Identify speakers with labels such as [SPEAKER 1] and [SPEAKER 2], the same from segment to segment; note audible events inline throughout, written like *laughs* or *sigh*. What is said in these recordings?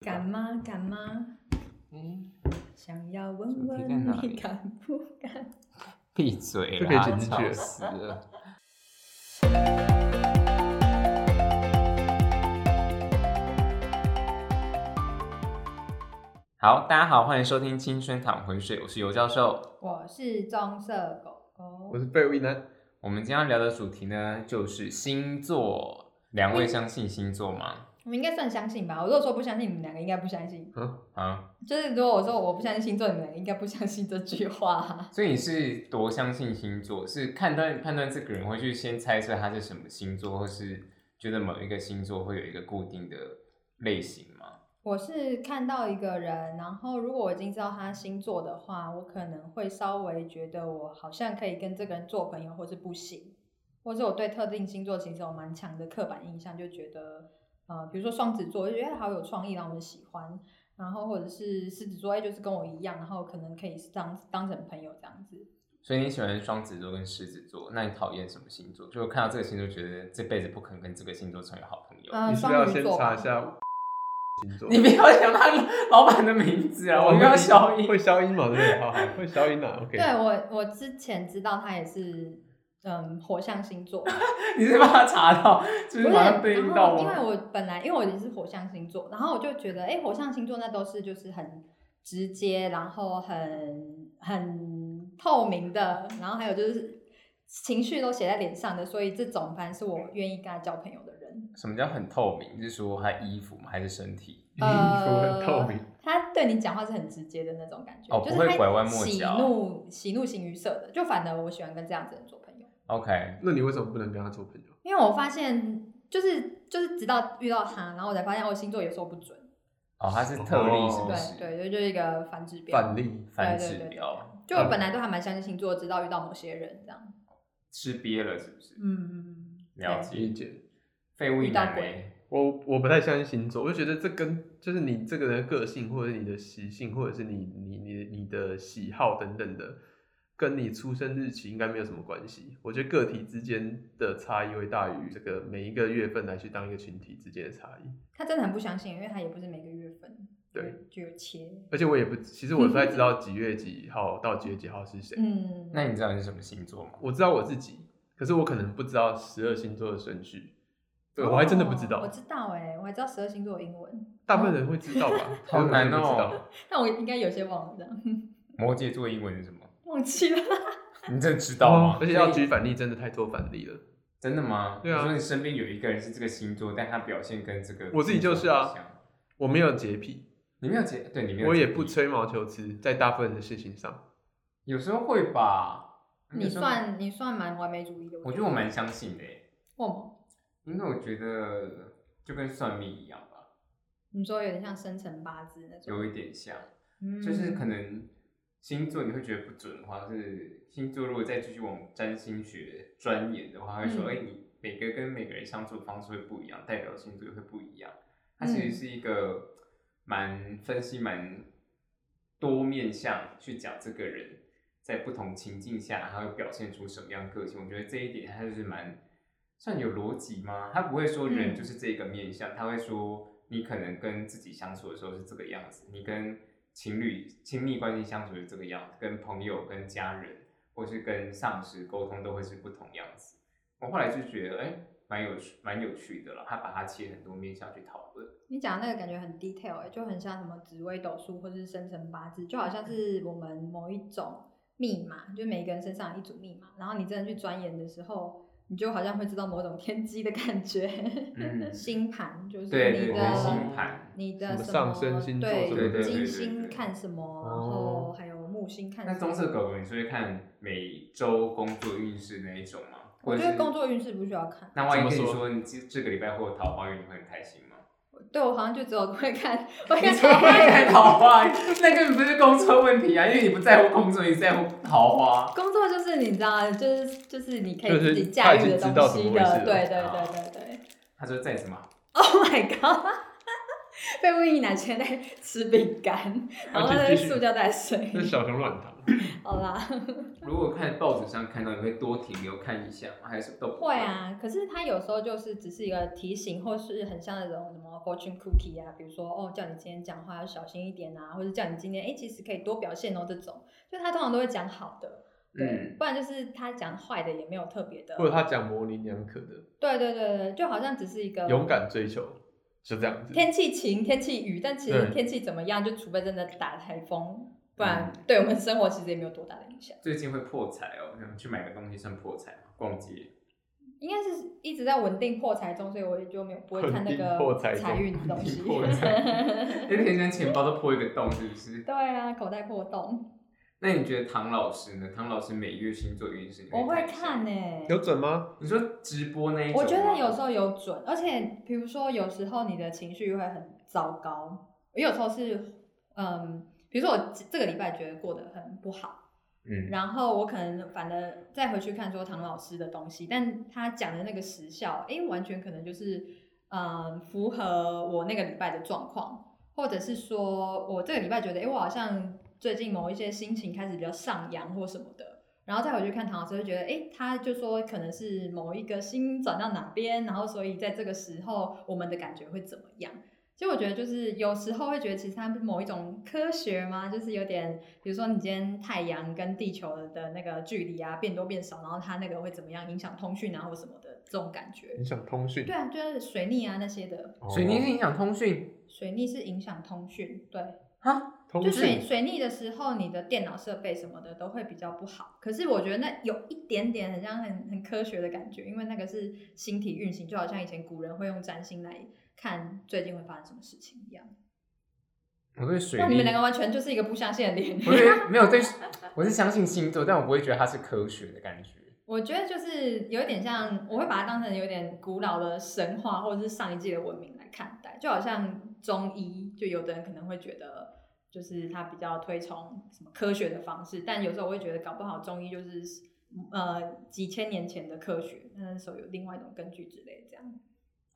[SPEAKER 1] 敢吗？敢吗？
[SPEAKER 2] 嗯，
[SPEAKER 1] 想要问
[SPEAKER 2] 主题在哪
[SPEAKER 1] 问
[SPEAKER 2] 里
[SPEAKER 1] 你敢不敢？
[SPEAKER 2] 闭嘴
[SPEAKER 3] 这可以
[SPEAKER 2] 啦，
[SPEAKER 3] 剪进去
[SPEAKER 2] 吵死了。好，大家好，欢迎收听《青春淌浑水》，我是尤教授。
[SPEAKER 1] 我是棕色狗狗
[SPEAKER 3] 我。是废物一男，
[SPEAKER 2] 我们今天要聊的主题呢，就是星座。两位相信星座吗？
[SPEAKER 1] 我们应该算相信吧？我如果说不相信，你们两个应该不相信。
[SPEAKER 2] 啊，
[SPEAKER 1] 就是如果我说我不相信星座，你们两个应该不相信这句话、
[SPEAKER 2] 所以你是多相信星座？是判断判断这个人会去先猜测他是什么星座，或是觉得某一个星座会有一个固定的类型吗？
[SPEAKER 1] 我是看到一个人，然后如果我已经知道他星座的话，我可能会稍微觉得我好像可以跟这个人做朋友，或是不行，或是我对特定星座其实有蛮强的刻板印象，就觉得呃，比如说双子座，就觉得哎好有创意，让我喜欢。然后或者是狮子座，哎，就是跟我一样，然后可能可以当当成朋友这样子。
[SPEAKER 2] 所以你喜欢双子座跟狮子座，那你讨厌什么星座？就看到这个星座，觉得这辈子不可能跟这个星座成为好朋友。
[SPEAKER 1] 嗯、
[SPEAKER 3] 你是不是
[SPEAKER 1] 双
[SPEAKER 3] 要
[SPEAKER 1] 鱼
[SPEAKER 3] 先
[SPEAKER 1] 座
[SPEAKER 3] 查
[SPEAKER 1] 吧
[SPEAKER 3] 一下星座？
[SPEAKER 2] *laughs* 你不要讲他老板的名字啊，我们要消音。
[SPEAKER 3] 会消音嘛？对不对？好好，会消音啊。OK， *laughs*
[SPEAKER 1] 对我，我之前知道他也是，嗯，火象星座。
[SPEAKER 2] 你是怕他查到，就
[SPEAKER 1] 不
[SPEAKER 2] 是马上对应
[SPEAKER 1] 然
[SPEAKER 2] 到
[SPEAKER 1] 嗯后因为
[SPEAKER 2] 吗？
[SPEAKER 1] 我本来因为我也是火象星座，然后我就觉得，哎、火象星座那都是就是很直接，然后很很透明的，然后还有就是情绪都写在脸上的，所以这种反正是我愿意跟他交朋友的
[SPEAKER 2] *laughs*
[SPEAKER 1] 人。
[SPEAKER 2] 什么叫很透明？是说他衣服吗？还是身体？
[SPEAKER 3] 衣服很透明
[SPEAKER 1] 呃，他对你讲话是很直接的那种感觉，
[SPEAKER 2] 哦
[SPEAKER 1] 就是
[SPEAKER 2] 不会
[SPEAKER 1] 他
[SPEAKER 2] 拐弯抹
[SPEAKER 1] 喜
[SPEAKER 2] 角
[SPEAKER 1] 怒喜怒形于色的，就反而我喜欢跟这样子的人做朋友。
[SPEAKER 2] OK，
[SPEAKER 3] 那你为什么不能跟他做朋友？
[SPEAKER 1] 因为我发现，就是就是直到遇到他，然后我才发现，哦，星座有时候不准。
[SPEAKER 2] 哦，他是特例，是不
[SPEAKER 1] 对
[SPEAKER 2] 是？
[SPEAKER 1] 对，就就是一个反指标。
[SPEAKER 3] 反例，
[SPEAKER 2] 反嗯
[SPEAKER 1] 对
[SPEAKER 2] 指
[SPEAKER 1] 对对对
[SPEAKER 2] 标，
[SPEAKER 1] 就我本来都还蛮相信星座，直到遇到某些人这样。
[SPEAKER 2] 吃瘪了，是不是？
[SPEAKER 1] 嗯，
[SPEAKER 2] 了
[SPEAKER 1] 对
[SPEAKER 3] 理
[SPEAKER 2] 解。
[SPEAKER 3] 解。
[SPEAKER 2] 废物一男
[SPEAKER 1] 遇到鬼
[SPEAKER 2] 嘞，
[SPEAKER 3] 我我不太相信星座，我就觉得这跟就是你这个人的个性，或者是你的习性，或者是你你你你的喜好等等的，跟你出生日期应该没有什么关系。我觉得个体之间的差异会大于这个每一个月份来去当一个群体之间的差异。
[SPEAKER 1] 他真的很不相信，因为他也不是每个月份
[SPEAKER 3] 对
[SPEAKER 1] 就有切。
[SPEAKER 3] 而且我也不，其实我不太知道几月几号到几月几号是谁。
[SPEAKER 1] 嗯，
[SPEAKER 2] 那你知道你是什么星座吗？
[SPEAKER 3] 我知道我自己，可是我可能不知道十二星座的顺序。对，我还真的不知
[SPEAKER 1] 哦
[SPEAKER 3] 道
[SPEAKER 1] 我，知道哎、我还知道十二星座的英文，
[SPEAKER 3] 大部分人会知道吧？
[SPEAKER 1] *laughs*
[SPEAKER 2] 好难哦
[SPEAKER 3] 可是我真的不知道。
[SPEAKER 1] 但我应该有些忘了这样，
[SPEAKER 2] 摩羯座英文是什么？
[SPEAKER 1] 忘记了。
[SPEAKER 2] 你真的知道啊吗？
[SPEAKER 3] 哦而且要
[SPEAKER 2] 所以
[SPEAKER 3] 举反例，真的太多反例了。
[SPEAKER 2] 真的吗？
[SPEAKER 3] 对啊
[SPEAKER 2] 你说你身边有一个人是这个星座，但他表现跟这个
[SPEAKER 3] 我自己就是啊
[SPEAKER 2] 星座很像。
[SPEAKER 3] 我没有洁癖，
[SPEAKER 2] 你没有解，对你没有，
[SPEAKER 3] 我也不。吹毛求疵，在大部分的事情
[SPEAKER 2] *laughs*
[SPEAKER 3] 上，
[SPEAKER 2] 有时候会吧。
[SPEAKER 1] 你
[SPEAKER 2] 有时候？
[SPEAKER 1] 算你算蛮完美主义的，
[SPEAKER 2] 我觉得我蛮相信的耶，
[SPEAKER 1] 我，
[SPEAKER 2] 因为我觉得就跟算命一样吧，
[SPEAKER 1] 嗯你说有点像生辰八字那种，
[SPEAKER 2] 有一点像，
[SPEAKER 1] 嗯
[SPEAKER 2] 就是可能星座你会觉得不准的话，是星座如果再继续往占星学钻研的话，会说，
[SPEAKER 1] 嗯
[SPEAKER 2] 哎、你每个跟每个人相处的方式会不一样，代表星座也会不一样。它其实
[SPEAKER 1] 嗯
[SPEAKER 2] 是一个蛮分析蛮多面向去讲这个人在不同情境下他会表现出什么样的个性。我觉得这一点他就是蛮算有逻辑吗？他不会说
[SPEAKER 1] 嗯
[SPEAKER 2] 人就是这个面相，他会说你可能跟自己相处的时候是这个样子，你跟情侣亲密关系相处是这个样子，跟朋友、跟家人或是跟上司沟通都会是不同样子。我后来就觉得，哎、蛮有趣，蛮有趣的了。他把它切很多面向去讨论。
[SPEAKER 1] 你讲的那个感觉很 detail，、欸、就很像什么紫微斗数或是生辰八字，就好像是我们某一种密码，就每个人身上有一组密码，然后你真的去钻研的时候，你就好像会知道某种天机的感觉。 *laughs*
[SPEAKER 2] 嗯
[SPEAKER 1] 星盘就是你的
[SPEAKER 2] 对对对，
[SPEAKER 3] 哦
[SPEAKER 2] 星盘。
[SPEAKER 1] 你
[SPEAKER 3] 什
[SPEAKER 1] 的
[SPEAKER 3] 么
[SPEAKER 1] 什
[SPEAKER 3] 上升星座
[SPEAKER 1] 对
[SPEAKER 3] 什么
[SPEAKER 2] 的对对对
[SPEAKER 1] 金
[SPEAKER 2] 对
[SPEAKER 1] 星
[SPEAKER 2] 对
[SPEAKER 1] 看什么，然后
[SPEAKER 3] 哦
[SPEAKER 1] 还有木星看什么。
[SPEAKER 2] 那棕色狗狗，你是会看每周工作运势那一种吗？
[SPEAKER 1] 我觉
[SPEAKER 2] 或者
[SPEAKER 1] 得
[SPEAKER 2] 是
[SPEAKER 1] 工作运势不需要看，
[SPEAKER 2] 那万一跟
[SPEAKER 3] 怎
[SPEAKER 2] 你
[SPEAKER 3] 么说
[SPEAKER 2] 说你这这个礼拜会有桃花运，你会很开心吗？
[SPEAKER 1] 对我好像就只有会看，我会
[SPEAKER 2] 你怎么会
[SPEAKER 1] 看
[SPEAKER 2] 看 *laughs* 桃花？那根本不是工作问题啊，因为你不在乎工作，你在乎桃花。
[SPEAKER 1] 工作就是你知道，就是就是你可以
[SPEAKER 3] 就
[SPEAKER 1] 自
[SPEAKER 3] 是
[SPEAKER 1] 己驾
[SPEAKER 3] 他已
[SPEAKER 1] 驭的
[SPEAKER 3] 经知
[SPEAKER 1] 东
[SPEAKER 3] 道怎
[SPEAKER 1] 西
[SPEAKER 3] 么回事
[SPEAKER 1] 的，
[SPEAKER 3] 了
[SPEAKER 1] 对对
[SPEAKER 2] 啊
[SPEAKER 1] 对对对。
[SPEAKER 2] 他说在什么？
[SPEAKER 1] Oh my god！被魏一男现在吃饼干，然后
[SPEAKER 3] 而且
[SPEAKER 1] 在
[SPEAKER 3] *laughs* 继续
[SPEAKER 1] 塑胶袋水
[SPEAKER 3] 这。是小熊软糖。
[SPEAKER 1] *laughs* 好啦，
[SPEAKER 2] 如果看报纸上看到，你会多停留看一下吗？还是都不
[SPEAKER 1] 会？啊。可是它有时候就是只是一个提醒，或是很像那种什么 fortune cookie 啊，比如说哦，叫你今天讲话要小心一点啊，或者叫你今天哎、其实可以多表现哦，这种就他通常都会讲好的。对，
[SPEAKER 2] 嗯
[SPEAKER 1] 不然就是他讲坏的也没有特别的，
[SPEAKER 3] 或者他讲模棱两可的，
[SPEAKER 1] 对对对对，就好像只是一个
[SPEAKER 3] 勇敢追求，就这样子。
[SPEAKER 1] 天气晴，天气雨，但其实
[SPEAKER 3] 对
[SPEAKER 1] 天气怎么样，就除非真的打台风，不然
[SPEAKER 3] 嗯
[SPEAKER 1] 对我们生活其实也没有多大的影响。
[SPEAKER 2] 最近会破财哦，你们去买个东西算破财吗？逛街，
[SPEAKER 1] 应该是一直在稳定破财中，所以我也就没有不会看那
[SPEAKER 3] 稳定破
[SPEAKER 1] 个
[SPEAKER 3] 财中
[SPEAKER 1] 财运的东西。
[SPEAKER 2] 稳定破财因为天生钱包都破一个洞，是不是？
[SPEAKER 1] 对啊，口袋破洞，
[SPEAKER 2] 那你觉得唐老师呢？唐老师每月星座运势，你
[SPEAKER 1] 我会
[SPEAKER 2] 一下
[SPEAKER 1] 看呢、
[SPEAKER 3] 有准吗？
[SPEAKER 2] 你说直播那一种吗，
[SPEAKER 1] 我觉得有时候有准，而且比如说有时候你的情绪会很糟糕，我有时候是嗯，比如说我这个礼拜觉得过得很不好。
[SPEAKER 2] 嗯，
[SPEAKER 1] 然后我可能反而再回去看说唐老师的东西，但他讲的那个时效，诶，完全可能就是嗯符合我那个礼拜的状况，或者是说我这个礼拜觉得，诶，我好像最近某一些心情开始比较上扬或什么的，然后再回去看唐老师，就觉得，诶，他就说可能是某一个心转到哪边，然后所以在这个时候我们的感觉会怎么样？其实我觉得就是有时候会觉得，其实它是某一种科学嘛，就是有点，比如说你今天太阳跟地球的那个距离啊变多变少，然后它那个会怎么样影响通讯啊或什么的这种感觉
[SPEAKER 3] 你。想通讯
[SPEAKER 1] 对？啊，就是水逆啊那些的，
[SPEAKER 3] 哦
[SPEAKER 2] 水泥是影响通讯
[SPEAKER 1] 水逆是影响通讯，对，
[SPEAKER 2] 哈，
[SPEAKER 1] 就
[SPEAKER 3] 通
[SPEAKER 1] 水
[SPEAKER 3] 讯
[SPEAKER 1] 水逆的时候，你的电脑设备什么的都会比较不好。可是我觉得那有一点点很像很很科学的感觉，因为那个是星体运行，就好像以前古人会用占星来看最近会发生什么事情一样。
[SPEAKER 2] 我对水
[SPEAKER 1] 那你
[SPEAKER 2] 泥
[SPEAKER 1] 们两个完全就是一个不相信的脸。
[SPEAKER 2] 我对没有对，我是相信星座，但我不会觉得它是科学的感觉。
[SPEAKER 1] 我觉得就是有点像，我会把它当成有点古老的神话或者是上一季的文明来看待，就好像中医，就有的人可能会觉得就是他比较推崇什么科学的方式，但有时候我会觉得搞不好中医就是呃几千年前的科学，那时候有另外一种根据之类，这样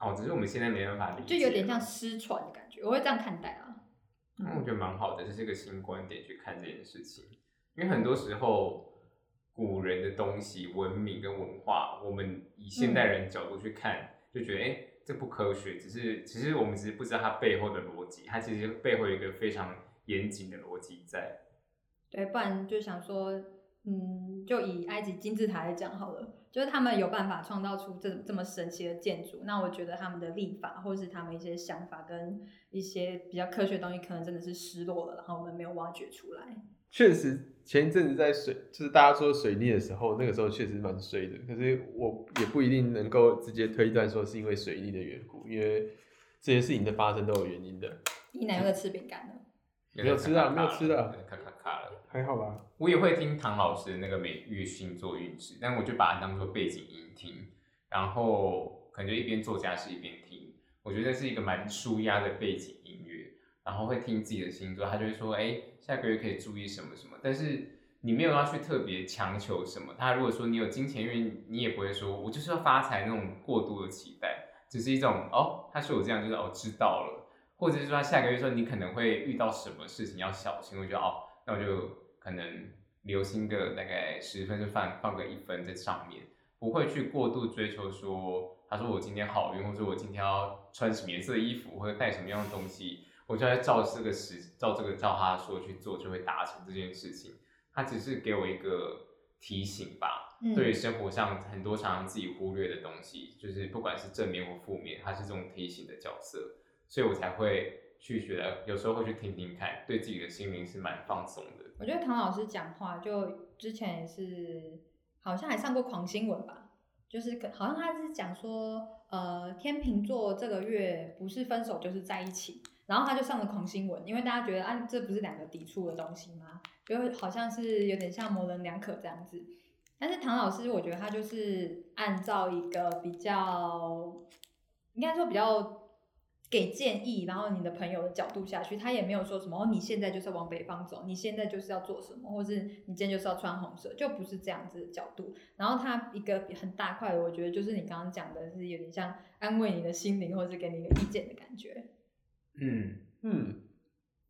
[SPEAKER 2] 哦，只是我们现在没办法理解，
[SPEAKER 1] 就有点像失传的感觉，我会这样看待啊。
[SPEAKER 2] 嗯，我觉得蛮好的，这是一个新观点去看这件事情。因为很多时候，古人的东西、文明跟文化，我们以现
[SPEAKER 3] 嗯
[SPEAKER 2] 代人角度去看，就觉得哎、诶这不科学。只是其实我们只是不知道它背后的逻辑，它其实背后有一个非常严谨的逻辑在。
[SPEAKER 1] 对，不然就想说，嗯，就以埃及金字塔来讲好了，就是他们有办法创造出这这么神奇的建筑，那我觉得他们的立法或是他们一些想法跟一些比较科学的东西，可能真的是失落了，然后我们没有挖掘出来。
[SPEAKER 3] 确实，前一阵子在水，就是大家说水逆的时候，那个时候确实蛮衰的。可是我也不一定能够直接推断说是因为水逆的缘故，因为这些事情的发生都有原因的。
[SPEAKER 1] 一男又在吃饼干了，
[SPEAKER 3] 没有吃到没有吃到
[SPEAKER 2] 咔咔咔了。
[SPEAKER 3] 还好吧？
[SPEAKER 2] 我也会听唐老师的那个每月星座运势，但我就把它当做背景音听，然后可能就一边做家事一边听。我觉得是一个蛮舒压的背景音乐，然后会听自己的星座，他就会说，哎，下个月可以注意什么什么。但是你没有要去特别强求什么。他如果说你有金钱运，你也不会说我就是要发财那种过度的期待，只是一种哦，他说我这样就是哦知道了，或者是说他下个月说你可能会遇到什么事情要小心，我觉得哦。那我就可能留心个大概十分，就放放个一分在上面，不会去过度追求说，他说我今天好运，或者我今天要穿什么颜色的衣服，或者带什么样的东西，我就要照这个时，照这个照他说去做，就会达成这件事情。他只是给我一个提醒吧，
[SPEAKER 1] 嗯，
[SPEAKER 2] 对于生活上很多常常自己忽略的东西，就是不管是正面或负面，它是这种提醒的角色，所以我才会去觉得有时候会去听听看，对自己的心灵是蛮放松的。
[SPEAKER 1] 我觉得唐老师讲话就之前也是，好像还上过狂新闻吧，就是可好像他是讲说，呃，天秤座这个月不是分手就是在一起，然后他就上了狂新闻，因为大家觉得啊，这不是两个抵触的东西吗？就好像是有点像模棱两可这样子。但是唐老师，我觉得他就是按照一个比较，应该说比较给建议，然后你的朋友的角度下去，他也没有说什么哦，你现在就是往北方走，你现在就是要做什么，或是你今天就是要穿红色，就不是这样子的角度。然后他一个很大块的，我觉得就是你刚刚讲的是有点像安慰你的心灵，或是给你一个意见的感觉。
[SPEAKER 2] 嗯，
[SPEAKER 3] 哦嗯，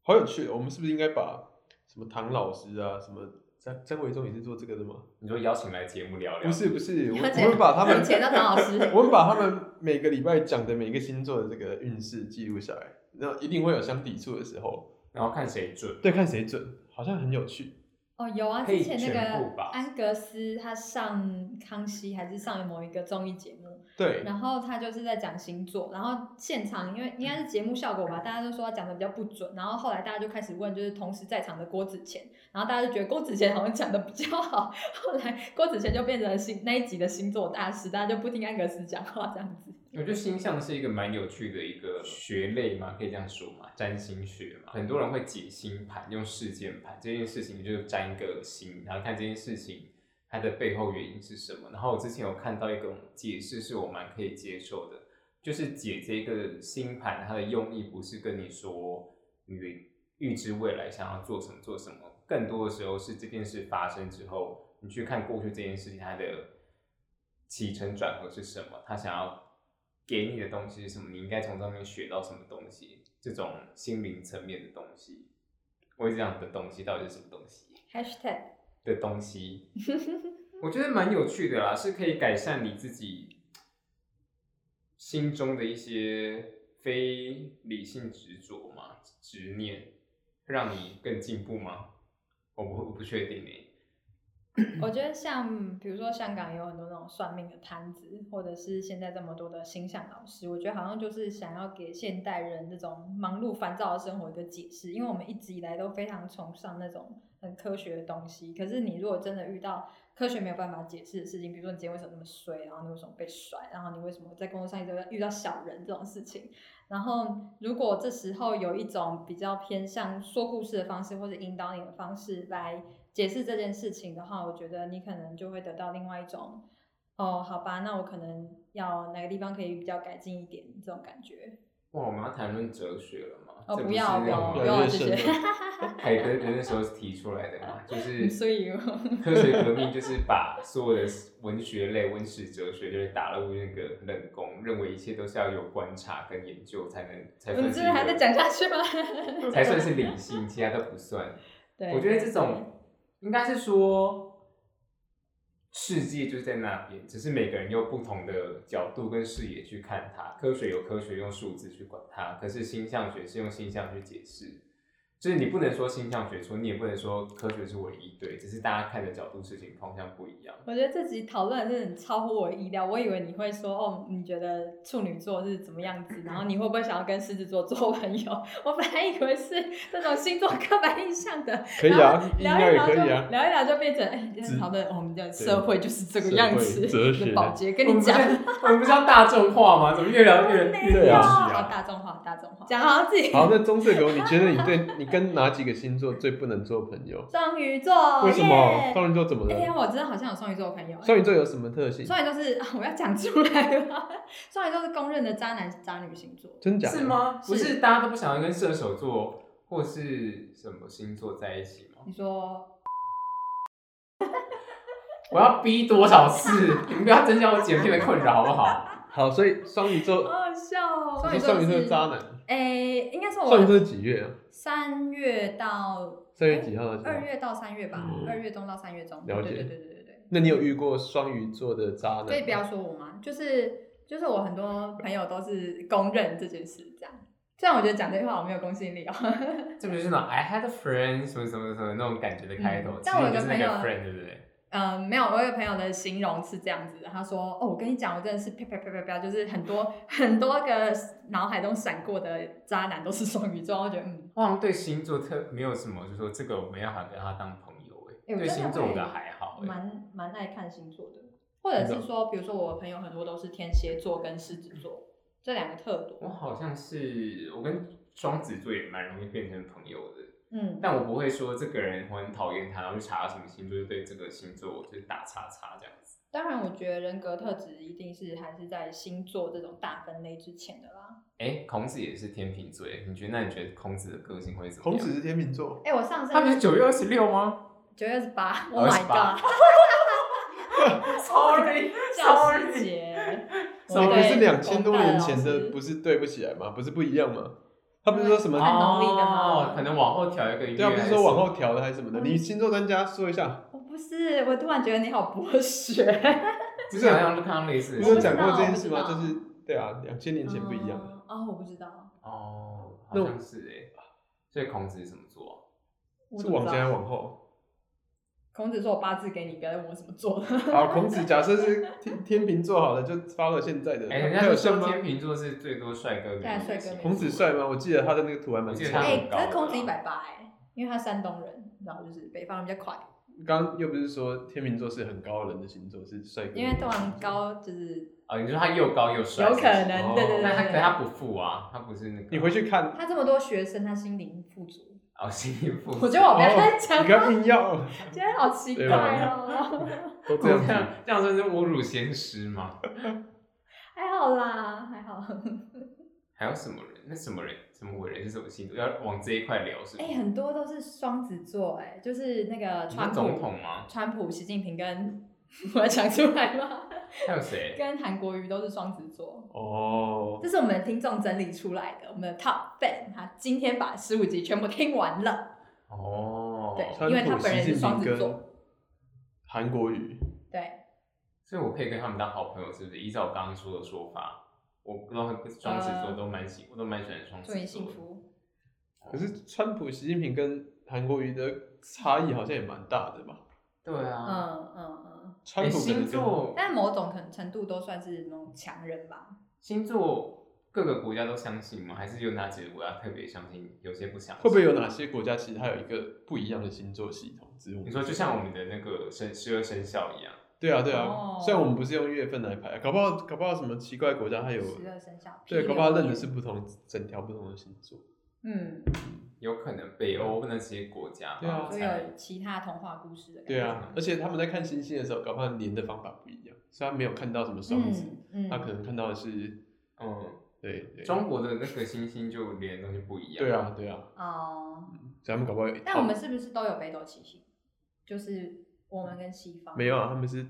[SPEAKER 3] 好有趣。我们是不是应该把什么唐老师啊，什么张张伟忠也是做这个的吗？
[SPEAKER 2] 你说邀请来节目聊聊，
[SPEAKER 3] 不是不是，我
[SPEAKER 1] 你
[SPEAKER 3] 我
[SPEAKER 1] 要剪
[SPEAKER 3] 们把他们
[SPEAKER 1] 你要剪到唐老师
[SPEAKER 3] 我们把他们每个礼拜讲的每个星座的这个运势记录下来，那一定会有相抵触的时候，
[SPEAKER 2] 然后看谁准。
[SPEAKER 3] 对，看谁准，好像很有趣。
[SPEAKER 1] 哦，有啊，
[SPEAKER 2] 可以
[SPEAKER 1] 之前那
[SPEAKER 2] 全部
[SPEAKER 1] 个
[SPEAKER 2] 吧
[SPEAKER 1] 安格斯他上康熙还是上某一个综艺节目，
[SPEAKER 3] 对，
[SPEAKER 1] 然后他就是在讲星座，然后现场因为应该是节目效果吧，大家都说他讲的比较不准，然后后来大家就开始问，就是同时在场的郭子乾，然后大家就觉得郭子乾好像讲的比较好， *laughs* 后来郭子乾就变成了星那一集的星座大师，大家就不听安格斯讲话这样子。
[SPEAKER 2] 我觉得星象是一个蛮有趣的一个学类嘛，可以这样说嘛，占星学嘛，很多人会解星盘，用事件盘这件事情就是占一个星，然后看这件事情它的背后原因是什么。然后我之前有看到一种解释是我蛮可以接受的，就是解这个星盘它的用意不是跟你说你预知未来想要做什么做什么，更多的时候是这件事发生之后，你去看过去这件事情它的起承转合是什么，他想要给你的东西是什么，你应该从上面学到什么东西，这种心灵层面的东西，我一直讲的东西到底是什么东西
[SPEAKER 1] Hashtag *laughs*
[SPEAKER 2] 的东西，我觉得蛮有趣的啦，是可以改善你自己心中的一些非理性执着嘛、执念，让你更进步吗？我不我不确定诶、欸
[SPEAKER 1] 我觉得像比如说香港有很多那种算命的摊子，或者是现在这么多的星象老师，我觉得好像就是想要给现代人这种忙碌烦躁的生活一个解释，因为我们一直以来都非常崇尚那种很科学的东西，可是你如果真的遇到科学没有办法解释的事情，比如说你今天为什么那么衰，然后你为什么被甩，然后你为什么在工作上一直遇到小人这种事情，然后，如果这时候有一种比较偏向说故事的方式，或者引导你的方式来解释这件事情的话，我觉得你可能就会得到另外一种，哦，好吧，那我可能要哪个地方可以比较改进一点这种感觉。
[SPEAKER 2] 哇，我们要谈论哲学了吗？
[SPEAKER 1] 哦，
[SPEAKER 2] 这
[SPEAKER 1] 不
[SPEAKER 2] 是
[SPEAKER 1] 要，不
[SPEAKER 2] 那
[SPEAKER 1] 要，
[SPEAKER 2] 种呃
[SPEAKER 1] 不
[SPEAKER 3] 越来
[SPEAKER 1] 要
[SPEAKER 3] 越
[SPEAKER 1] 这
[SPEAKER 3] 深
[SPEAKER 1] 些。
[SPEAKER 2] *laughs* 海德格那时候提出来的嘛，就
[SPEAKER 1] *laughs*
[SPEAKER 2] 是
[SPEAKER 1] 所以我
[SPEAKER 2] 科学革命就是把所有的文学类、文史哲学就是打入那个冷宫，认为一切都是要有观察跟研究才能才
[SPEAKER 1] *laughs* 你
[SPEAKER 2] 算是
[SPEAKER 1] 这
[SPEAKER 2] 一个？
[SPEAKER 1] 还在讲下去吗 *laughs*
[SPEAKER 2] 才算是理性，其他都不算。
[SPEAKER 1] 对，
[SPEAKER 2] 我觉得这种应该是说，世界就是在那边，只是每个人用不同的角度跟视野去看它。科学有科学用数字去管它，可是星象学是用星象去解释。就是你不能说星象学说，你也不能说科学是唯一对，只是大家看的角度、事情方向不一样。
[SPEAKER 1] 我觉得这集讨论真的很超乎我的意料，我以为你会说哦，你觉得处女座是怎么样子，然后你会不会想要跟狮子座做朋友？ *laughs* 我本来以为是这种星座刻板印
[SPEAKER 3] *laughs*
[SPEAKER 1] 象的，
[SPEAKER 3] 可以
[SPEAKER 1] 然
[SPEAKER 3] 啊
[SPEAKER 1] 后，
[SPEAKER 3] 硬
[SPEAKER 1] 聊一
[SPEAKER 3] 要也
[SPEAKER 1] 聊
[SPEAKER 3] 可
[SPEAKER 1] 就
[SPEAKER 3] 以啊。
[SPEAKER 1] 聊一聊就变成哎，就是
[SPEAKER 3] 只
[SPEAKER 1] 讨论我们的社会就是这个样子，
[SPEAKER 3] 社会哲学
[SPEAKER 1] 宝洁跟
[SPEAKER 2] 我们
[SPEAKER 1] 你
[SPEAKER 2] 不是
[SPEAKER 1] 讲，哦
[SPEAKER 2] 我们不是要大众化吗？怎么越聊越越
[SPEAKER 3] 对
[SPEAKER 2] 越
[SPEAKER 3] 啊
[SPEAKER 2] 虚
[SPEAKER 1] 好
[SPEAKER 2] 啊？
[SPEAKER 1] 大众化，大众化，讲好自己。
[SPEAKER 3] 好，那棕色狗，你觉得你对你跟哪几个星座最不能做朋友？
[SPEAKER 1] 双鱼座，
[SPEAKER 3] 为什么？
[SPEAKER 1] 哦耶
[SPEAKER 3] 双鱼座怎么
[SPEAKER 1] 哎，
[SPEAKER 3] 了？
[SPEAKER 1] 我真的好像有双鱼座的朋友，哎
[SPEAKER 3] 双鱼座有什么特性？
[SPEAKER 1] 双鱼座是啊我要讲出来了， *laughs* 双鱼座是公认的渣男渣女星座。
[SPEAKER 3] 真假的？
[SPEAKER 2] 是？吗？
[SPEAKER 1] 是
[SPEAKER 2] 不是大家都不想要跟射手座或是什么星座在一起吗？
[SPEAKER 1] 你说
[SPEAKER 2] 我要逼多少次？
[SPEAKER 1] *laughs*
[SPEAKER 2] 你们不要增加我剪片的困扰好不好？
[SPEAKER 3] 好，所以双鱼座，
[SPEAKER 1] 好好笑哦！
[SPEAKER 3] 你说双鱼座
[SPEAKER 1] 是
[SPEAKER 3] 是渣，男。
[SPEAKER 1] 诶、应该是
[SPEAKER 3] 双鱼座
[SPEAKER 1] 我
[SPEAKER 3] 是几月啊？
[SPEAKER 1] 三月到
[SPEAKER 3] 三月几号的时
[SPEAKER 1] 哎二
[SPEAKER 3] 候？
[SPEAKER 1] 月到三月吧
[SPEAKER 3] 嗯，
[SPEAKER 1] 二、月中到三月中。
[SPEAKER 3] 了
[SPEAKER 1] 对
[SPEAKER 3] 解
[SPEAKER 1] 对对对对对。
[SPEAKER 3] 那你有遇过双鱼座的渣男？
[SPEAKER 1] 可以不要说我吗？就是就是我很多朋友都是公认这件事，这样。虽然我觉得讲这句话我没有公信力哦， *laughs*
[SPEAKER 2] 这不就是那种 I had a friend 什么什么什么那种感觉的开头？
[SPEAKER 1] 嗯
[SPEAKER 2] 其
[SPEAKER 1] 但我有
[SPEAKER 2] 实你
[SPEAKER 1] 个
[SPEAKER 2] 就
[SPEAKER 1] 朋
[SPEAKER 2] 是那个
[SPEAKER 1] 友
[SPEAKER 2] friend 对不对？
[SPEAKER 1] 嗯，没有，我有个朋友的形容是这样子的，他说：“哦，我跟你讲，我真的是啪啪啪啪啪，就是很多 *laughs* 很多个脑海中闪过的渣男都是双鱼座。”我觉得嗯，
[SPEAKER 2] 我好像对星座特没有什么，就说这个我没办法跟他当朋友哎、
[SPEAKER 1] 哎我真的
[SPEAKER 2] 对星座我
[SPEAKER 1] 会
[SPEAKER 2] 的还好哎、
[SPEAKER 1] 蛮蛮爱看星座的，或者
[SPEAKER 3] 哦
[SPEAKER 1] 是说，比如说我的朋友很多都是天蝎座跟狮子座这两个特
[SPEAKER 2] 我
[SPEAKER 1] 多。
[SPEAKER 2] 好像是我跟双子座也蛮容易变成朋友的，
[SPEAKER 1] 嗯，
[SPEAKER 2] 但我不会说这个人我很讨厌他，然后去查他什么星座，就对这个星座我就是打叉叉这样子。
[SPEAKER 1] 当然，我觉得人格特质一定是还是在星座这种大分类之前的啦。
[SPEAKER 2] 哎，孔子也是天秤座耶，你觉得那你觉得孔子的个性会怎么
[SPEAKER 3] 孔
[SPEAKER 2] 样？
[SPEAKER 3] 子是天秤座，
[SPEAKER 1] 哎、我上
[SPEAKER 2] 他不是
[SPEAKER 1] 升
[SPEAKER 2] 九月二十
[SPEAKER 1] *laughs*
[SPEAKER 2] 六吗
[SPEAKER 1] 九月二十八，Oh
[SPEAKER 3] 哦
[SPEAKER 1] my
[SPEAKER 2] 28
[SPEAKER 1] god，教 *laughs* 师
[SPEAKER 3] *laughs*
[SPEAKER 2] ？Sorry，Sorry，
[SPEAKER 1] 节，
[SPEAKER 3] 你
[SPEAKER 1] 我
[SPEAKER 3] 不
[SPEAKER 1] 对
[SPEAKER 3] 哦是两千多
[SPEAKER 1] 我们大
[SPEAKER 3] 年
[SPEAKER 1] 老
[SPEAKER 3] 前的，
[SPEAKER 1] 师
[SPEAKER 3] 不是对不起来吗？不是不一样吗？他不是说什么
[SPEAKER 1] 看农历的吗
[SPEAKER 2] 哦，可能往后调一个月，
[SPEAKER 3] 对啊，不是说往后调的还是什么的？
[SPEAKER 1] 嗯
[SPEAKER 3] 你星座专家说一下，
[SPEAKER 1] 我不是，我突然觉得你好博学。
[SPEAKER 2] 之前好像看到类似
[SPEAKER 3] 不
[SPEAKER 2] 的
[SPEAKER 1] 我不知
[SPEAKER 3] 是有
[SPEAKER 2] 事情，
[SPEAKER 3] 讲过
[SPEAKER 1] 道
[SPEAKER 3] 这件事
[SPEAKER 1] 我
[SPEAKER 3] 吗？
[SPEAKER 1] 不知
[SPEAKER 3] 就
[SPEAKER 1] 道
[SPEAKER 3] 是对啊，两千年前不一样。
[SPEAKER 1] 啊、哦我不知道，
[SPEAKER 2] 哦，好
[SPEAKER 3] 那我
[SPEAKER 2] 像是哎，所以孔子是什么座啊
[SPEAKER 1] 我
[SPEAKER 3] 是
[SPEAKER 1] 怎么
[SPEAKER 3] 往
[SPEAKER 1] 知道
[SPEAKER 3] 前还是往后？
[SPEAKER 1] 孔子说我八字给你，不要再问我怎么做的。
[SPEAKER 3] 好，孔子假设是天天秤座好了，就发了现在的
[SPEAKER 2] 啊？，哎，人
[SPEAKER 3] 他
[SPEAKER 2] 家
[SPEAKER 3] 有
[SPEAKER 2] 就
[SPEAKER 3] 像
[SPEAKER 2] 说
[SPEAKER 3] 吗？
[SPEAKER 2] 天秤座是最多帅哥美
[SPEAKER 1] 对啊
[SPEAKER 2] 女
[SPEAKER 1] 帅
[SPEAKER 2] 的
[SPEAKER 1] 哥
[SPEAKER 2] 星座，
[SPEAKER 1] 美女
[SPEAKER 3] 孔子帅吗？我记得他的那个图还蛮
[SPEAKER 2] 我记得
[SPEAKER 3] 长
[SPEAKER 2] 他
[SPEAKER 3] 的。
[SPEAKER 1] 哎、
[SPEAKER 2] 很高
[SPEAKER 1] 可是孔子
[SPEAKER 2] 啊
[SPEAKER 1] 一百八哎，因为他山东人，然后就是北方人比较快，
[SPEAKER 3] 刚刚又不是说天秤座是很高冷的星座，是帅哥。
[SPEAKER 1] 因为通常。高就是
[SPEAKER 2] 哦，你说他又高又帅，
[SPEAKER 1] 有可能
[SPEAKER 2] 是不是
[SPEAKER 1] 对对对
[SPEAKER 2] 哦那他
[SPEAKER 1] 对
[SPEAKER 2] 可他不富啊，他不是那个，
[SPEAKER 3] 你回去看，
[SPEAKER 1] 他这么多学生，他心灵富足。
[SPEAKER 2] 哦，心灵富足，
[SPEAKER 1] 我觉得我不要再
[SPEAKER 3] 哦你
[SPEAKER 1] 讲
[SPEAKER 3] 不要硬要，
[SPEAKER 1] 今天好奇怪哦。
[SPEAKER 3] 都
[SPEAKER 2] 这
[SPEAKER 3] 这样
[SPEAKER 2] 样
[SPEAKER 3] 子。
[SPEAKER 2] 这样算是侮辱先师吗？
[SPEAKER 1] *laughs* 还好啦，还好。
[SPEAKER 2] 还有什么人？那什么人？什么伟人是什么星座？要往这一块聊是不
[SPEAKER 1] 哎、
[SPEAKER 2] 是？
[SPEAKER 1] 很多都是双子座，哎，就是那个
[SPEAKER 2] 你
[SPEAKER 1] 川
[SPEAKER 2] 说
[SPEAKER 1] 普、
[SPEAKER 2] 总统吗？
[SPEAKER 1] 川普、习近平跟 *laughs* 我要讲出来吗？
[SPEAKER 2] 还有谁？
[SPEAKER 1] 跟韩国瑜都是双子座，
[SPEAKER 3] 哦，
[SPEAKER 1] 这是我们的听众整理出来的，我们的 Top Fan，他今天把十五集全部听完了。
[SPEAKER 2] 哦，
[SPEAKER 1] 对
[SPEAKER 3] 川
[SPEAKER 1] 因为他
[SPEAKER 3] 普、
[SPEAKER 1] 本人
[SPEAKER 3] 习
[SPEAKER 1] 是
[SPEAKER 3] 近
[SPEAKER 1] 双
[SPEAKER 3] 平
[SPEAKER 1] 子
[SPEAKER 3] 跟
[SPEAKER 1] 座
[SPEAKER 3] 韩国瑜，
[SPEAKER 1] 对，
[SPEAKER 2] 所以我可以跟他们当好朋友，是不是？依照我刚刚说的说法，我不知道双子座
[SPEAKER 1] 呃
[SPEAKER 2] 都蛮喜，我都蛮喜欢双
[SPEAKER 1] 祝
[SPEAKER 2] 子
[SPEAKER 1] 你
[SPEAKER 2] 座的。
[SPEAKER 1] 幸福。
[SPEAKER 3] 可是川普、习近平跟韩国瑜的差异好像也蛮大的吧？
[SPEAKER 2] 对
[SPEAKER 1] 嗯
[SPEAKER 2] 啊，
[SPEAKER 1] 嗯嗯，
[SPEAKER 3] 川
[SPEAKER 2] 诶
[SPEAKER 3] 普可能
[SPEAKER 2] 哎星
[SPEAKER 3] 跟
[SPEAKER 2] 座
[SPEAKER 1] 但某种可能程度都算是那种强人吧。
[SPEAKER 2] 星座各个国家都相信吗？还是有哪几个国家特别相信，有些不相信？
[SPEAKER 3] 会不会有哪些国家其实它有一个不一样的星座系统？只是我们
[SPEAKER 2] 你说就像我们的那个生十二生肖一样，
[SPEAKER 3] 对啊对啊，
[SPEAKER 1] 哦
[SPEAKER 3] 虽然我们不是用月份来排，啊搞不好搞不好什么奇怪国家它有
[SPEAKER 1] 十二生肖，
[SPEAKER 3] 对，
[SPEAKER 1] P
[SPEAKER 3] 搞不好
[SPEAKER 1] 流
[SPEAKER 3] 认的
[SPEAKER 1] 年
[SPEAKER 3] 是不同整条不同的星座。
[SPEAKER 1] 嗯，
[SPEAKER 2] 有可能北欧那些国家吧
[SPEAKER 3] 对啊
[SPEAKER 2] 我
[SPEAKER 1] 都
[SPEAKER 2] 猜
[SPEAKER 1] 有其他童话故事的感觉。
[SPEAKER 3] 对啊，而且他们在看星星的时候，搞不好连的方法不一样。虽然没有看到什么双子，
[SPEAKER 1] 嗯嗯，
[SPEAKER 3] 他可能看到的是
[SPEAKER 2] 嗯，
[SPEAKER 3] 对对
[SPEAKER 2] 中国的那个星星就连东西不一样。
[SPEAKER 3] 对，啊对啊，
[SPEAKER 1] 哦。
[SPEAKER 3] 所以他们搞不好有一
[SPEAKER 1] 但我
[SPEAKER 3] 套
[SPEAKER 1] 们是不是都有北斗七星？就是我们跟西方
[SPEAKER 3] 没有啊，他们是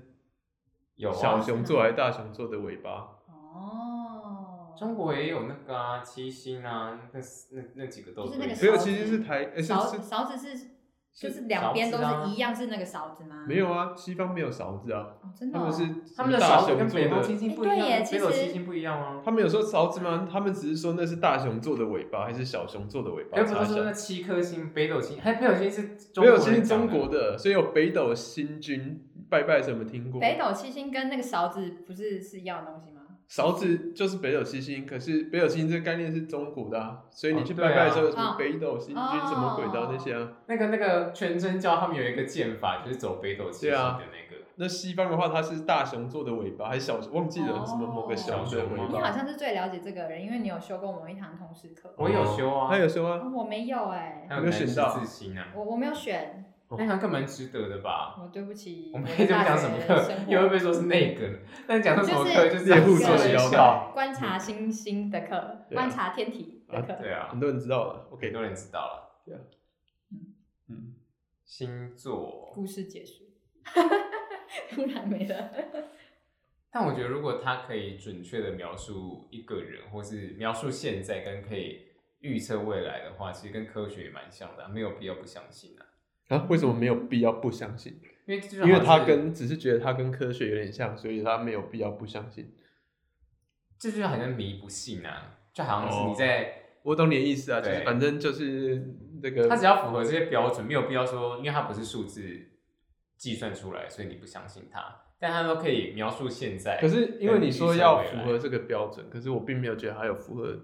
[SPEAKER 2] 有
[SPEAKER 3] 小
[SPEAKER 2] 啊，
[SPEAKER 3] 熊座还是大熊座的尾巴？
[SPEAKER 1] 哦，
[SPEAKER 2] 中国也有那个啊，七星啊，那那那几个都
[SPEAKER 1] 就是那个
[SPEAKER 3] 没
[SPEAKER 2] 对
[SPEAKER 3] 有，
[SPEAKER 1] 勺子
[SPEAKER 3] 其实是台哎、是
[SPEAKER 1] 勺
[SPEAKER 3] 是
[SPEAKER 1] 勺子是就是是两边都
[SPEAKER 2] 勺子啊
[SPEAKER 1] 是一样是那个勺子吗？
[SPEAKER 3] 没有啊，西方没有勺子啊，
[SPEAKER 1] 哦，真的
[SPEAKER 3] 他
[SPEAKER 1] 哦
[SPEAKER 3] 们是
[SPEAKER 2] 他们的
[SPEAKER 3] 大
[SPEAKER 2] 勺子
[SPEAKER 3] 熊
[SPEAKER 2] 跟
[SPEAKER 3] 座
[SPEAKER 2] 北
[SPEAKER 3] 的
[SPEAKER 2] 斗七星不一样，
[SPEAKER 1] 哎
[SPEAKER 2] 啊
[SPEAKER 1] 对耶
[SPEAKER 2] 北斗
[SPEAKER 1] 其实
[SPEAKER 2] 七星不一样啊。
[SPEAKER 3] 他们有说勺子吗？他们只是说那是大熊座的尾巴还是小熊座的尾巴？
[SPEAKER 2] 哎，不
[SPEAKER 3] 查
[SPEAKER 2] 是
[SPEAKER 3] 一
[SPEAKER 2] 说
[SPEAKER 3] 下。
[SPEAKER 2] 那七颗星，北斗星，还北斗星是中
[SPEAKER 3] 没
[SPEAKER 2] 国
[SPEAKER 3] 有，
[SPEAKER 2] 人
[SPEAKER 3] 其
[SPEAKER 2] 讲
[SPEAKER 3] 实中
[SPEAKER 2] 的
[SPEAKER 3] 国的，所以有北斗星君拜拜，什么听过？
[SPEAKER 1] 北斗七星跟那个勺子不是是一样的东西吗？
[SPEAKER 3] 勺子就是北斗七星，可是北斗七星这个概念是中国的、啊，所以你
[SPEAKER 2] 哦
[SPEAKER 3] 去
[SPEAKER 2] 对啊
[SPEAKER 3] 拜拜的时候，有什么
[SPEAKER 1] 哦
[SPEAKER 3] 北斗星君、
[SPEAKER 1] 哦
[SPEAKER 3] 什么鬼的那些啊。
[SPEAKER 2] 那个那个全真教他们有一个剑法，就是走北斗七星
[SPEAKER 3] 对啊
[SPEAKER 2] 的那个。
[SPEAKER 3] 那西方的话，它是大熊座的尾巴，还是小忘记了
[SPEAKER 1] 哦
[SPEAKER 3] 什么某个熊的尾
[SPEAKER 2] 小熊
[SPEAKER 1] 你
[SPEAKER 2] 吗
[SPEAKER 1] 好
[SPEAKER 3] 巴。
[SPEAKER 1] 像是最了解这个人，因为你有修过我们一堂通识课。
[SPEAKER 2] 我有修啊，
[SPEAKER 3] 他有说啊，
[SPEAKER 1] 哦我没有哎、
[SPEAKER 2] 还有
[SPEAKER 3] 没有
[SPEAKER 2] 南
[SPEAKER 3] 选
[SPEAKER 2] 十
[SPEAKER 3] 到
[SPEAKER 2] 字星啊，
[SPEAKER 1] 我我没有选，
[SPEAKER 2] 那堂课蛮值得的吧？
[SPEAKER 1] 我对不起。
[SPEAKER 2] 我们
[SPEAKER 1] 的
[SPEAKER 2] 这边
[SPEAKER 1] 大
[SPEAKER 2] 讲
[SPEAKER 1] 学
[SPEAKER 2] 什么
[SPEAKER 1] 生
[SPEAKER 2] 课，
[SPEAKER 1] 活
[SPEAKER 2] 又会被说是那个，但讲到什么课
[SPEAKER 1] 啊就是
[SPEAKER 3] 猎户
[SPEAKER 2] 做
[SPEAKER 3] 座
[SPEAKER 1] 的
[SPEAKER 3] 妖道，
[SPEAKER 1] 观察星星的课，
[SPEAKER 3] 嗯对啊
[SPEAKER 1] 观察天体的课。
[SPEAKER 2] 对啊
[SPEAKER 3] 很，多人知道了。
[SPEAKER 2] 很
[SPEAKER 3] OK，
[SPEAKER 2] 多人知道了。
[SPEAKER 3] 嗯，
[SPEAKER 2] 星座，
[SPEAKER 1] 故事结束，突然没了。
[SPEAKER 2] 但我觉得如果他可以准确的描述一个人，或是描述现在跟可以预测未来的话，其实跟科学也蛮像的啊、没有必要不相信啊。
[SPEAKER 3] 啊，为什么没有必要不相信？
[SPEAKER 2] 因为就好像
[SPEAKER 3] 因为他
[SPEAKER 2] 是
[SPEAKER 3] 跟只是觉得他跟科学有点像，所以他没有必要不相信。
[SPEAKER 2] 这就好像迷不信啊，就好像
[SPEAKER 3] 哦
[SPEAKER 2] 是你在。
[SPEAKER 3] 我懂你的意思啊，就是
[SPEAKER 2] 对
[SPEAKER 3] 反正就是那个
[SPEAKER 2] 他只要符合这些标准，没有必要说，因为它不是数字计算出来，所以你不相信它。但它都可以描述现在。
[SPEAKER 3] 可是因为你说要符合这个标准，可是我并没有觉得它有符合。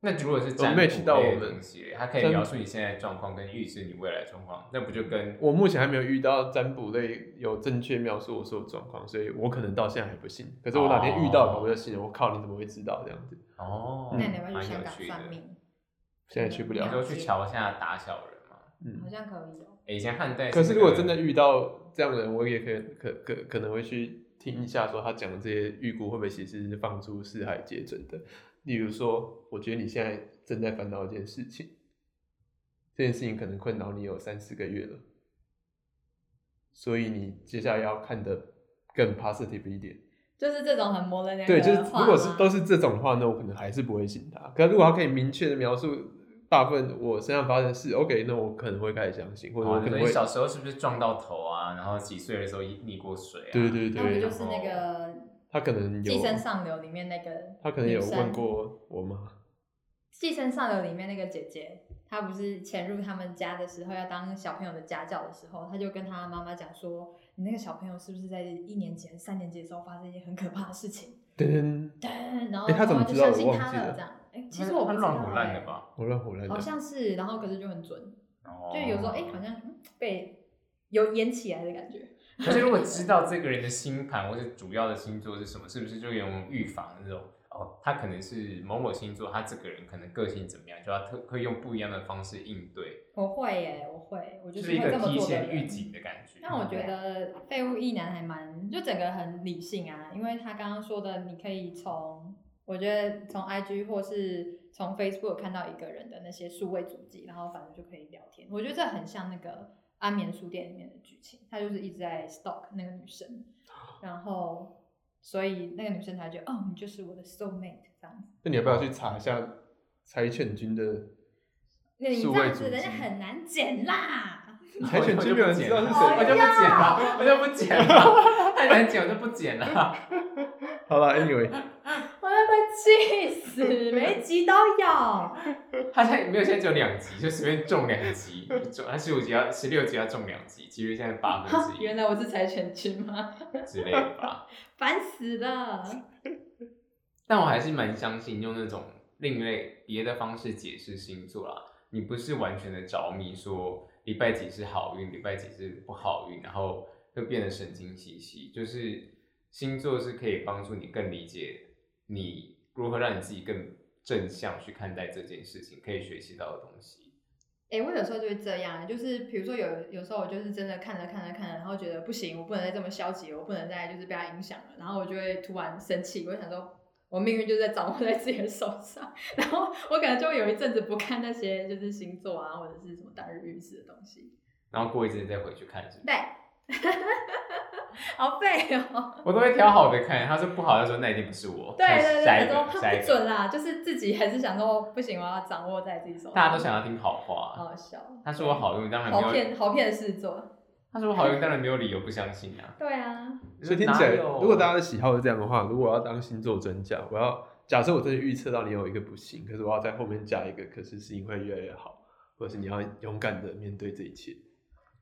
[SPEAKER 2] 那如果是占
[SPEAKER 3] 我 match
[SPEAKER 2] 卜
[SPEAKER 3] 到
[SPEAKER 2] 类
[SPEAKER 3] 我
[SPEAKER 2] 的
[SPEAKER 3] 们
[SPEAKER 2] 东西，它可以
[SPEAKER 3] 占
[SPEAKER 2] 描述你现在的状况跟预示你未来的状况，那不就跟
[SPEAKER 3] 我目前还没有遇到占卜类有正确描述我说的状况，所以我可能到现在还不信。可是我哪天遇到了，
[SPEAKER 2] 哦
[SPEAKER 3] 我就信了。我靠，你怎么会知道这样子？
[SPEAKER 2] 哦，
[SPEAKER 3] 嗯
[SPEAKER 1] 那你要不要
[SPEAKER 2] 蛮
[SPEAKER 1] 去香
[SPEAKER 2] 有
[SPEAKER 1] 港
[SPEAKER 2] 趣
[SPEAKER 1] 算
[SPEAKER 2] 的。
[SPEAKER 1] 命？
[SPEAKER 3] 现在去不
[SPEAKER 2] 你
[SPEAKER 3] 了。
[SPEAKER 2] 说去瞧一下打小人嘛？
[SPEAKER 1] 好
[SPEAKER 3] 嗯，
[SPEAKER 1] 像可以哦。
[SPEAKER 2] 诶以前汉代
[SPEAKER 3] 可
[SPEAKER 2] 那
[SPEAKER 3] 是如果
[SPEAKER 2] 个
[SPEAKER 3] 真的遇到这样的人，我也可可可可能会去听一下，说他讲的这些预估会不会其实是放诸四海皆准的。例如说，我觉得你现在正在烦恼一件事情， *laughs* 这件事情可能困扰你有三四个月了，所以你接下来要看得更 positive 一点。
[SPEAKER 1] 就是这种很模棱两可
[SPEAKER 3] 对，就是
[SPEAKER 1] 的话
[SPEAKER 3] 如果是
[SPEAKER 1] 吗
[SPEAKER 3] 都是这种的话，那我可能还是不会信他。可是如果他可以明确的描述大部分我身上发生的事，OK，那我可能会开始相信，或者我
[SPEAKER 2] 哦
[SPEAKER 3] 可
[SPEAKER 2] 你
[SPEAKER 3] 能
[SPEAKER 2] 们
[SPEAKER 3] 会，
[SPEAKER 2] 小时候是不是撞到头啊？然后几岁的时候溺过水啊？
[SPEAKER 3] 对对
[SPEAKER 1] 那不
[SPEAKER 3] 对
[SPEAKER 1] 就，是
[SPEAKER 2] 啊
[SPEAKER 1] 那个《
[SPEAKER 3] 他可能有
[SPEAKER 1] 寄，生上流》里面那个，
[SPEAKER 3] 他可能有
[SPEAKER 1] 女生
[SPEAKER 3] 问过我妈，
[SPEAKER 1] 《寄生上流》里面那个姐姐，她不是潜入他们家的时候，要当小朋友的家教的时候，她就跟她妈妈讲说：“你那个小朋友是不是在一年级、三年级的时候发生一件很可怕的事情
[SPEAKER 3] *laughs* 噔，？”
[SPEAKER 1] 对，然后
[SPEAKER 3] 诶她
[SPEAKER 1] 妈
[SPEAKER 3] 怎么
[SPEAKER 1] 妈就
[SPEAKER 3] 知道
[SPEAKER 1] 相
[SPEAKER 3] 的
[SPEAKER 1] 信
[SPEAKER 3] 我忘
[SPEAKER 1] 她
[SPEAKER 3] 记
[SPEAKER 1] 了，
[SPEAKER 3] 了
[SPEAKER 1] 这样。哎，其实我不
[SPEAKER 2] 他
[SPEAKER 1] 知
[SPEAKER 2] 乱
[SPEAKER 1] 道
[SPEAKER 2] 胡
[SPEAKER 1] 欸，
[SPEAKER 2] 乱的吧？
[SPEAKER 3] 我乱胡乱
[SPEAKER 1] 好
[SPEAKER 3] 的，
[SPEAKER 1] 像是，然后可是就很准，
[SPEAKER 2] 哦
[SPEAKER 1] 就有时候哎、好像嗯被有演起来的感觉。
[SPEAKER 2] 可是如果知道这个人的星盘或者主要的星座是什么，是不是就有种预防那种？哦，他可能是某某星座，他这个人可能个性怎么样，就要特会用不一样的方式应对，
[SPEAKER 1] 我会耶，我会，我
[SPEAKER 2] 就
[SPEAKER 1] 就是
[SPEAKER 2] 是一
[SPEAKER 1] 会
[SPEAKER 2] 个
[SPEAKER 1] 这么
[SPEAKER 2] 提
[SPEAKER 1] 做的
[SPEAKER 2] 前
[SPEAKER 1] 人。
[SPEAKER 2] 预警的感觉。
[SPEAKER 1] 但我觉得废物一男还蛮，就整个很理性啊，因为他刚刚说的，你可以从我觉得从 IG 或是从 Facebook 看到一个人的那些数位足迹，然后反正就可以聊天。我觉得这很像那个《安眠书店》里面的剧情，他就是一直在 stalk 那个女生，
[SPEAKER 3] 哦
[SPEAKER 1] *laughs* 然后所以那个女生才觉得哦，你就是我的 soul mate 这样子。
[SPEAKER 3] 那你要不要去查一下柴犬君的？
[SPEAKER 1] 那你这
[SPEAKER 3] 数位
[SPEAKER 1] 样子
[SPEAKER 3] 足
[SPEAKER 1] 人家
[SPEAKER 3] 迹
[SPEAKER 1] 很难剪啦。 *laughs*
[SPEAKER 3] *laughs* 柴犬君没有人知道是
[SPEAKER 1] 哦
[SPEAKER 2] 我
[SPEAKER 3] 谁
[SPEAKER 2] 就不
[SPEAKER 1] 要
[SPEAKER 3] 吗。
[SPEAKER 2] 剪了，我就不剪了，太难剪，我就不剪了。
[SPEAKER 3] 好了，Anyway，
[SPEAKER 1] 我要快气
[SPEAKER 3] *laughs*
[SPEAKER 1] 死，每一集都有。
[SPEAKER 2] 他现在没有，现在只有两集，就随便中两集，中他十五集要十六集要中两集，其实现在八分之一
[SPEAKER 1] *laughs* 原来我是柴犬君吗？
[SPEAKER 2] 之类的吧。
[SPEAKER 1] 烦死了！
[SPEAKER 2] 但我还是蛮相信用那种另类别的方式解释星座啦。你不是完全的着迷说礼拜几是好运，礼拜几是不好运，然后就变得神经兮兮。就是星座是可以帮助你更理解你如何让你自己更正向去看待这件事情，可以学习到的东西。
[SPEAKER 1] 哎、我有时候就会这样，就是比如说有有时候我就是真的看着看着看着，然后觉得不行，我不能再这么消极，我不能再就是被他影响了，然后我就会突然生气，我就想说。我命运就在掌握在自己的手上， *laughs* 然后我可能就会有一阵子不看那些就是星座啊或者是什么大日运势的东西。
[SPEAKER 2] 然后过一阵子再回去看是不是
[SPEAKER 1] 对， *laughs* 好废
[SPEAKER 2] *laughs*
[SPEAKER 1] 哦。
[SPEAKER 2] 我都会挑好的看。他说不好，他说那一定不是我。
[SPEAKER 1] 对
[SPEAKER 2] 看
[SPEAKER 1] 对
[SPEAKER 2] 下
[SPEAKER 1] 对，
[SPEAKER 2] 一
[SPEAKER 1] 我
[SPEAKER 2] 个，
[SPEAKER 1] 说
[SPEAKER 2] 下一
[SPEAKER 1] 不
[SPEAKER 2] 个，
[SPEAKER 1] 准啦，就是自己还是想说不行，我要掌握在自己手上。
[SPEAKER 2] 大家都想要听好话。
[SPEAKER 1] 好好笑。哦
[SPEAKER 2] 他说我好运，当然没
[SPEAKER 1] 好
[SPEAKER 2] 有
[SPEAKER 1] 骗好骗的事做。
[SPEAKER 2] 他说我好运当然没有理由不相信啊。
[SPEAKER 1] 对啊，
[SPEAKER 3] 所以听起来，
[SPEAKER 2] 哪有
[SPEAKER 3] 如果大家的喜好是这样的话，如果我要当星座专家，我要假设我真的预测到你有一个不幸，可是我要在后面加一个，可是事情会越来越好，或者是你要勇敢的面对这一切，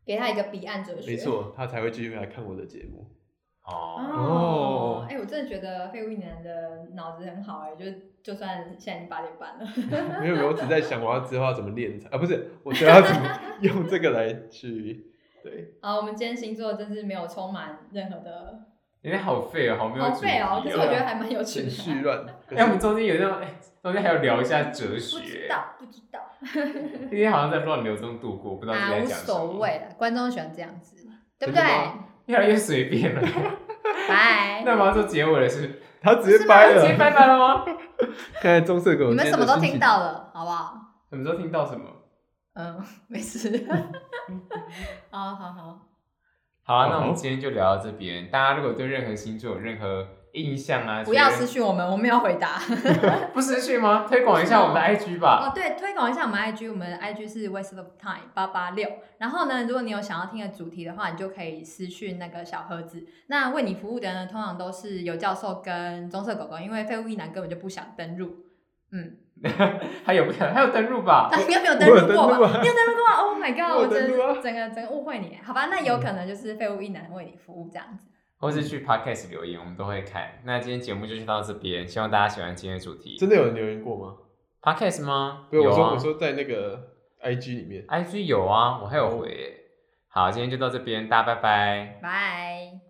[SPEAKER 1] 给他一个彼岸哲学。
[SPEAKER 3] 没。错，他才会继续来看我的节目。
[SPEAKER 2] 哦，
[SPEAKER 1] 哦
[SPEAKER 3] 哦，
[SPEAKER 1] 哎、我真的觉得废物一男的脑子很好哎、就是就算现在已经八点半了， *laughs*
[SPEAKER 3] 没有，没有，我只在想我要之后要怎么练才啊，不是，我只要怎么用这个来去对，
[SPEAKER 1] 好，我们今天星座真是没有充满任何的，
[SPEAKER 2] 有点好废哦，好没有
[SPEAKER 1] 好
[SPEAKER 2] 主题
[SPEAKER 1] 废哦，可是我觉得还蛮有趣
[SPEAKER 3] 情
[SPEAKER 1] 的
[SPEAKER 3] 绪
[SPEAKER 1] 啊。
[SPEAKER 3] 乱。可
[SPEAKER 2] 哎、
[SPEAKER 3] 是
[SPEAKER 2] 我们中间有那种，哎、中间还有聊一下哲
[SPEAKER 1] 不知
[SPEAKER 2] 学，
[SPEAKER 1] 道，不知道
[SPEAKER 2] 今天好像在乱流中度过，不知道自己
[SPEAKER 1] 啊，无
[SPEAKER 2] 在讲什么。
[SPEAKER 1] 所谓了，观众喜欢这样子，对不
[SPEAKER 2] 真
[SPEAKER 1] 对
[SPEAKER 2] 的？吗越来越随便
[SPEAKER 1] *laughs*
[SPEAKER 2] 了。
[SPEAKER 1] 拜。
[SPEAKER 2] *laughs* 那我们要做结尾了，是不是？
[SPEAKER 3] 他直接
[SPEAKER 2] 拜
[SPEAKER 3] 掰
[SPEAKER 2] 了，
[SPEAKER 3] 了。
[SPEAKER 2] 拜拜了吗？
[SPEAKER 3] *laughs* 看来棕色狗，
[SPEAKER 1] 你们什么都听，到了，好不好？
[SPEAKER 2] 什么时候听到什么？
[SPEAKER 1] 嗯，没
[SPEAKER 2] *laughs*
[SPEAKER 1] 事。 *laughs* 好好好，
[SPEAKER 2] 好
[SPEAKER 3] 好
[SPEAKER 2] 啊，那我们今天就聊到这边。大家如果对任何星座有任何印象啊，
[SPEAKER 1] 不要
[SPEAKER 2] 觉
[SPEAKER 1] 私讯我们，我们要回答。
[SPEAKER 2] 得不失去吗？推广一下我们的 IG 吧。
[SPEAKER 1] 哦，对，推广一下我们 IG，我们的 IG 是 Waste of Time 八八六。然后呢，如果你有想要听的主题的话，你就可以私讯那个小盒子。那为你服务的呢，通常都是有教授跟棕色狗狗，因为废物一男根本就不想登入。嗯，
[SPEAKER 2] 还有不想，还有登录吧
[SPEAKER 1] 啊，。应该没有
[SPEAKER 3] 我
[SPEAKER 1] 登
[SPEAKER 3] 有
[SPEAKER 1] 入过
[SPEAKER 3] 登录
[SPEAKER 1] 吧？
[SPEAKER 3] 啊
[SPEAKER 1] 你有登入过吗？Oh my
[SPEAKER 3] 我
[SPEAKER 1] god！
[SPEAKER 3] 有
[SPEAKER 1] 我真
[SPEAKER 3] 登录啊嗯
[SPEAKER 1] 的整个整个误会你，好吧？那有可能就是废物一男为你服务这样子。
[SPEAKER 2] 或是去 podcast 留言，我们都会看。那今天节目就先到这边，希望大家喜欢今天的主题。
[SPEAKER 3] 真的有人留言过吗？
[SPEAKER 2] podcast 吗？
[SPEAKER 3] 对，我
[SPEAKER 2] 有
[SPEAKER 3] 说、
[SPEAKER 2] 啊
[SPEAKER 3] 我说在那个 IG 里面。哦
[SPEAKER 2] ，IG 有啊，我还有回耶。好，今天就到这边，大家拜拜。
[SPEAKER 1] 拜。